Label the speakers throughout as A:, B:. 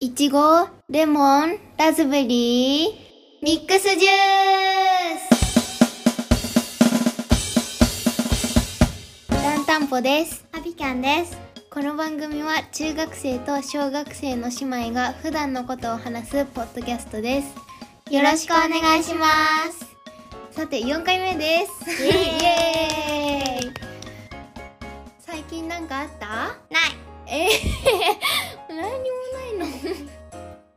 A: いちご、レモン、ラズベリー、ミックスジュースランタンポです。ハビキャンです。この番組は中学生と小学生の姉妹が普段のことを話すポッドキャストです。よろしくお願いします。さて、4回目です。
B: イエ
A: イ
B: ーイ
A: エーイ最近なんかあった
B: ない
A: えー、 何にもないの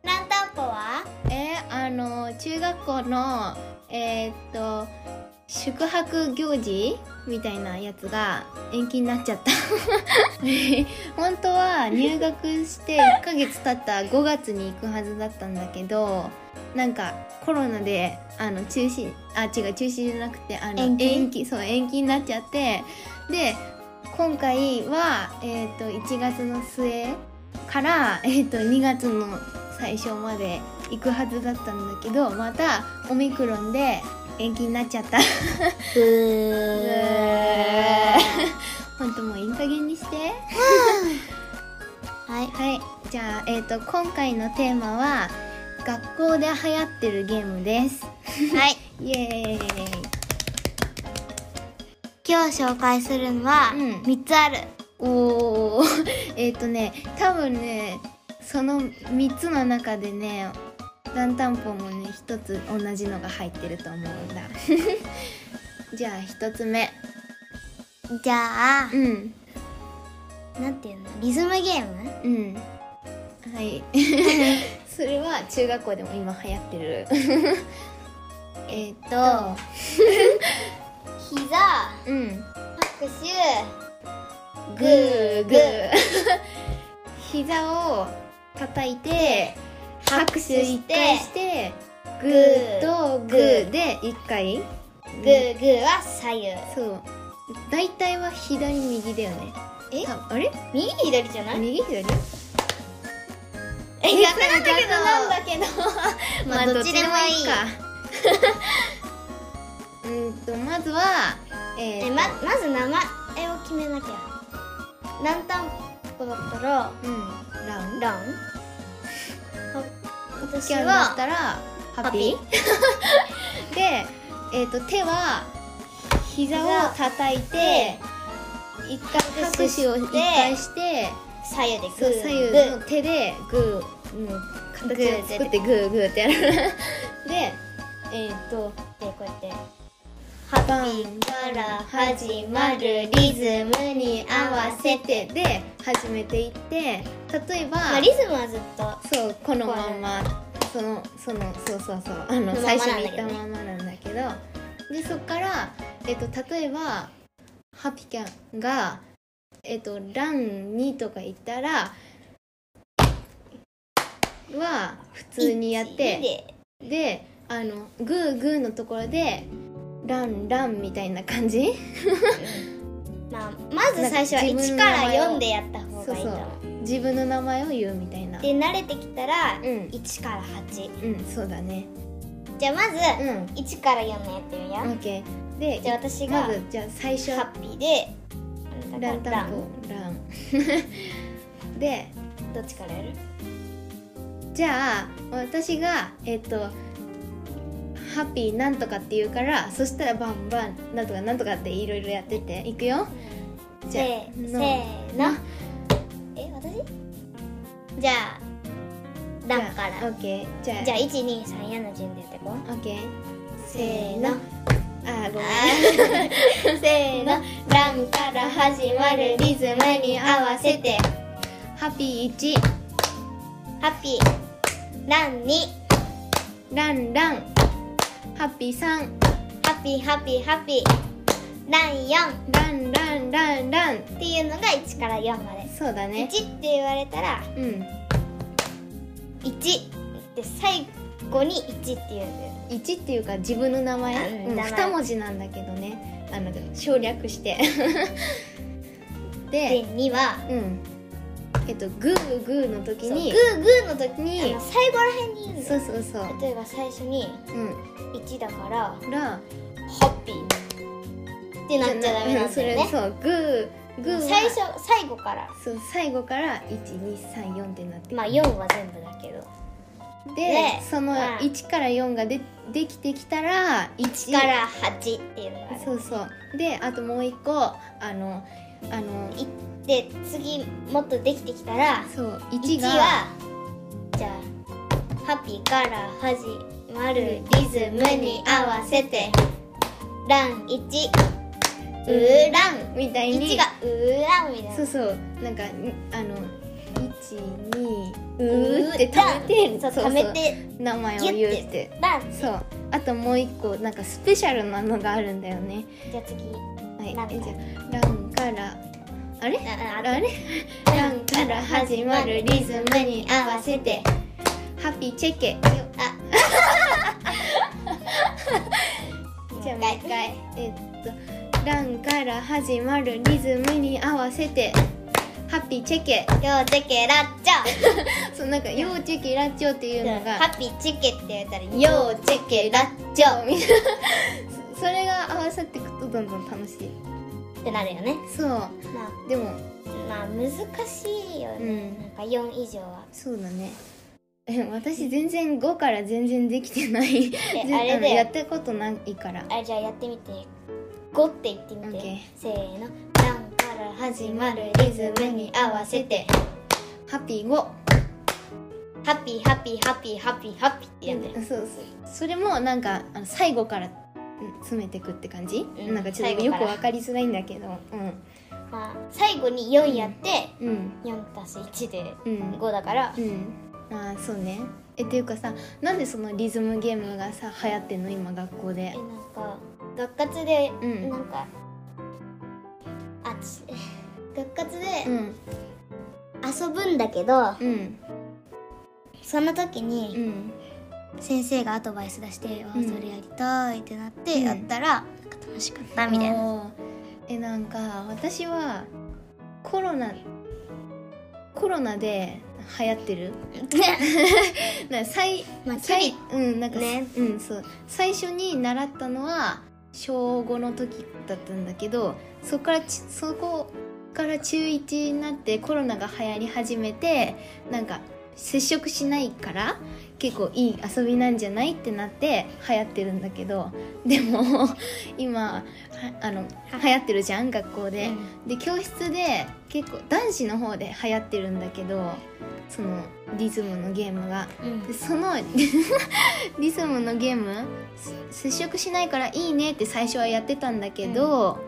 B: ランタンポは
A: えーあの中学校のえーっと宿泊行事みたいなやつが延期になっちゃった 本当は入学して1ヶ月経った5月に行くはずだったんだけどなんかコロナであの中止あ違う中止じゃなくてあの
B: 延期
A: そう延期になっちゃってで今回は、えーっと1月の末から、 えー、と2月の最初まで行くはずだったんだけどまたオミクロンで延期になっちゃった
B: ブ
A: ー 本当もういい加減にして
B: はい
A: はいじゃあ、えー、と今回のテーマは学校で流行ってるゲームです
B: はい
A: イエーイ
B: 今日紹介するのは
A: うん
B: 三つある
A: おー えっとね多分ねその3つの中でねランタンポもね一つ同じのが入ってると思うんだ じゃあ一つ目
B: じゃあ
A: うん
B: なんていうのリズムゲーム
A: うんはい それは中学校でも今流行ってる えっと
B: 膝
A: うん
B: 拍手
A: グーグー 膝を叩いて拍手一回してグーとグーで一回
B: グーグーは左右
A: そう大体は左右だよね
B: え
A: ああれ
B: 右左じゃな
A: 右左
B: え逆なんだけど
A: なんだけど
B: まあどっちでもいい
A: かうんとまずはえー
B: え
A: と
B: ままず名前を決めなきゃランタンポだったら
A: うんラウンド
B: ラン私
A: キャンだったらハッピー で、えー、と手は膝を叩いて一回拍
B: 拍手して
A: 手を一回して
B: 左右でグ
A: そう
B: ー
A: 左右
B: グー
A: の手でグーの形を作ってグーグーってやる でえっ、と
B: でこうやって「ハッピーから始まるリズムに合わせて」
A: で始めていって例えば、
B: まあ、リズムはずっと
A: そうこのまんまそのそのそうそうそうあの
B: のまま
A: 最初に言っ
B: な
A: た
B: んだけどね
A: ままなんだけどでそっから、えっと例えばハピキャンが、えっとランにとか言ったらは普通にやっ
B: 一
A: て
B: で
A: であのグーグーのところでランランみたいな感じ
B: まあ、まず最初は
A: なんか自分
B: 1
A: の
B: か
A: 名
B: ら
A: 前を
B: 4でやった方
A: そう
B: がい
A: そ
B: いと
A: う
B: 思う
A: 自分の名前を言うみたいな
B: で慣れてきたら
A: うん
B: 1から8
A: うんそうだね
B: じゃあまず
A: うん
B: 1から4のやってみよ
A: オ
B: う、
A: ッケーで
B: じゃあ私が
A: まずじゃあ最初
B: ハッピーで
A: ランタンポラン で
B: どっちからやる
A: じゃあ私がえっ、とハッピーなんとかって言うからそしたらバンバンなんとかなんとかっていろいろやってっていくよじ
B: せ
A: ゃあ
B: ーせ
A: の
B: ーのえ私じゃあランか
A: じゃあオ
B: ら
A: ッケーじゃあ
B: じゃあ1234の順でやっていこう
A: オッケーせ
B: せ
A: ー
B: ー
A: の
B: の
A: あーごめん
B: せーのランから始まるリズムに合わせて
A: ハッピー1
B: ハッピーランに
A: ランランハッピー3
B: ハッピーハッピーハッピーラン4
A: ランランランラン
B: っていうのが1から4まで
A: そうだ
B: 1
A: ね
B: って言われたら
A: うん
B: 1で最後に1っていうんだよね
A: 1っていうか自分の名前、
B: うん
A: うん、
B: 名前
A: 2文字なんだけどねあの省略して
B: で
A: で
B: 2は
A: うんえっとグーグーの時
B: そうグ
A: に
B: ーグーの時
A: に
B: に最後らへんに言うんだ
A: そ
B: よ
A: うそうそう
B: 例えば最初に
A: うん
B: 1だから
A: ら
B: ハッピーってなっちゃダメなんだよ
A: それ
B: ね
A: そうグーグーは
B: 最初最後から
A: そう最後から1234ってなって
B: まあ4は全部だけど
A: で
B: で
A: その
B: まあ
A: 1から4がでできてきたら1
B: 1から8っていうのがある
A: そうそうであともう一個あのあの
B: いで次もっとできてきたら
A: そう
B: 1
A: 1が
B: はじゃあハッピーから始まるリズムに合わせてラン1ウーラン
A: みたいに
B: 1がウーランみたい
A: そ
B: な
A: うそうなんかにあの12うーって貯めて
B: そう
A: そう
B: 貯めて
A: 名前を言うって
B: ラン
A: そうあともう一個なんかスペシャルなのがあるんだよね
B: じゃあ次
A: はい
B: ラン
A: えじゃあランからあれ
B: あ
A: あ
B: あ
A: れ
B: ランから始まるリズムに合わせて
A: ハッピーチェケ
B: あ
A: じゃあもう一回えっとランから始まるリズムに合わせてハッピーチェケ
B: ようチェケラッチョ
A: そうなんか「ようチェケラッチョ」っていうのが
B: ハッピーチェケって言ったらようチェケラッチョみたい
A: それが合わさっていくとどんどん楽しい
B: なってなるよね
A: そう
B: まあ
A: でも
B: まあ難しいよ
A: う
B: ね、
A: ん
B: なんか4以上は
A: そうだねえ私全然5から全然できてない全
B: あれだよ
A: のやったことないから
B: あじゃあやってみて5って言ってみて、
A: オッケー
B: せーの「ランから始まるリズムに合わせて
A: ハッピー5」
B: ハッピーハッピーハッピーハッピーハッピーってやってる、
A: うんそうそうそれもなんかあの最後からうん詰めてくって感じ、
B: うん
A: なんかちょっと
B: 最
A: よ
B: 後
A: く
B: から
A: わかりづらいんだけど
B: まあ、最後に4やって、
A: うんうん
B: 4たす1で
A: うん
B: 5だから、
A: うんあーそうねえっていうかさなんでそのリズムゲームがさ流行ってんの今学校で
B: えなんか学活で、
A: うん
B: なんかあち学活で
A: うん
B: 遊ぶんだけど、
A: うん
B: その時
A: う
B: に
A: ん
B: 先生がアドバイス出して「あ
A: うん
B: それやりたい」ってなって、
A: うん
B: やったらなんか楽しかったみたいな。
A: なえなんか私はコロナコロナで流行ってるな最
B: まあ、キ
A: 最
B: リ
A: うんなんか、
B: ね
A: うんそう最初に習ったのは小5の時だったんだけどそこからちそこから中1になってコロナが流行り始めてなんか接触しないから結構いい遊びなんじゃないってなって流行ってるんだけどでも 今はあの流行ってるじゃん学校で。で教室で結構男子の方で流行ってるんだけどそのリズムのゲームが。
B: うん
A: でその リズムのゲーム接接触しないからいいねって最初はやってたんだけど、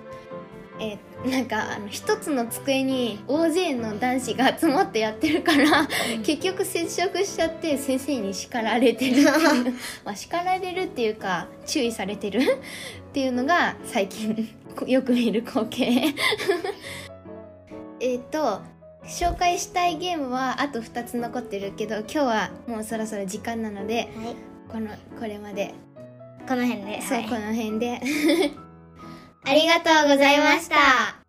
A: えなんかあの一つの机に大勢の男子が集まってやってるから結局接触しちゃって先生に叱られてるっていうまあ叱られるっていうか注意されてる っていうのが最近 こよく見る光景えっと紹介したいゲームはあと2つ残ってるけど今日はもうそろそろ時間なので
B: はい、
A: このこれまで、
B: この辺で、
A: そうこの辺で
B: ありがとうございました。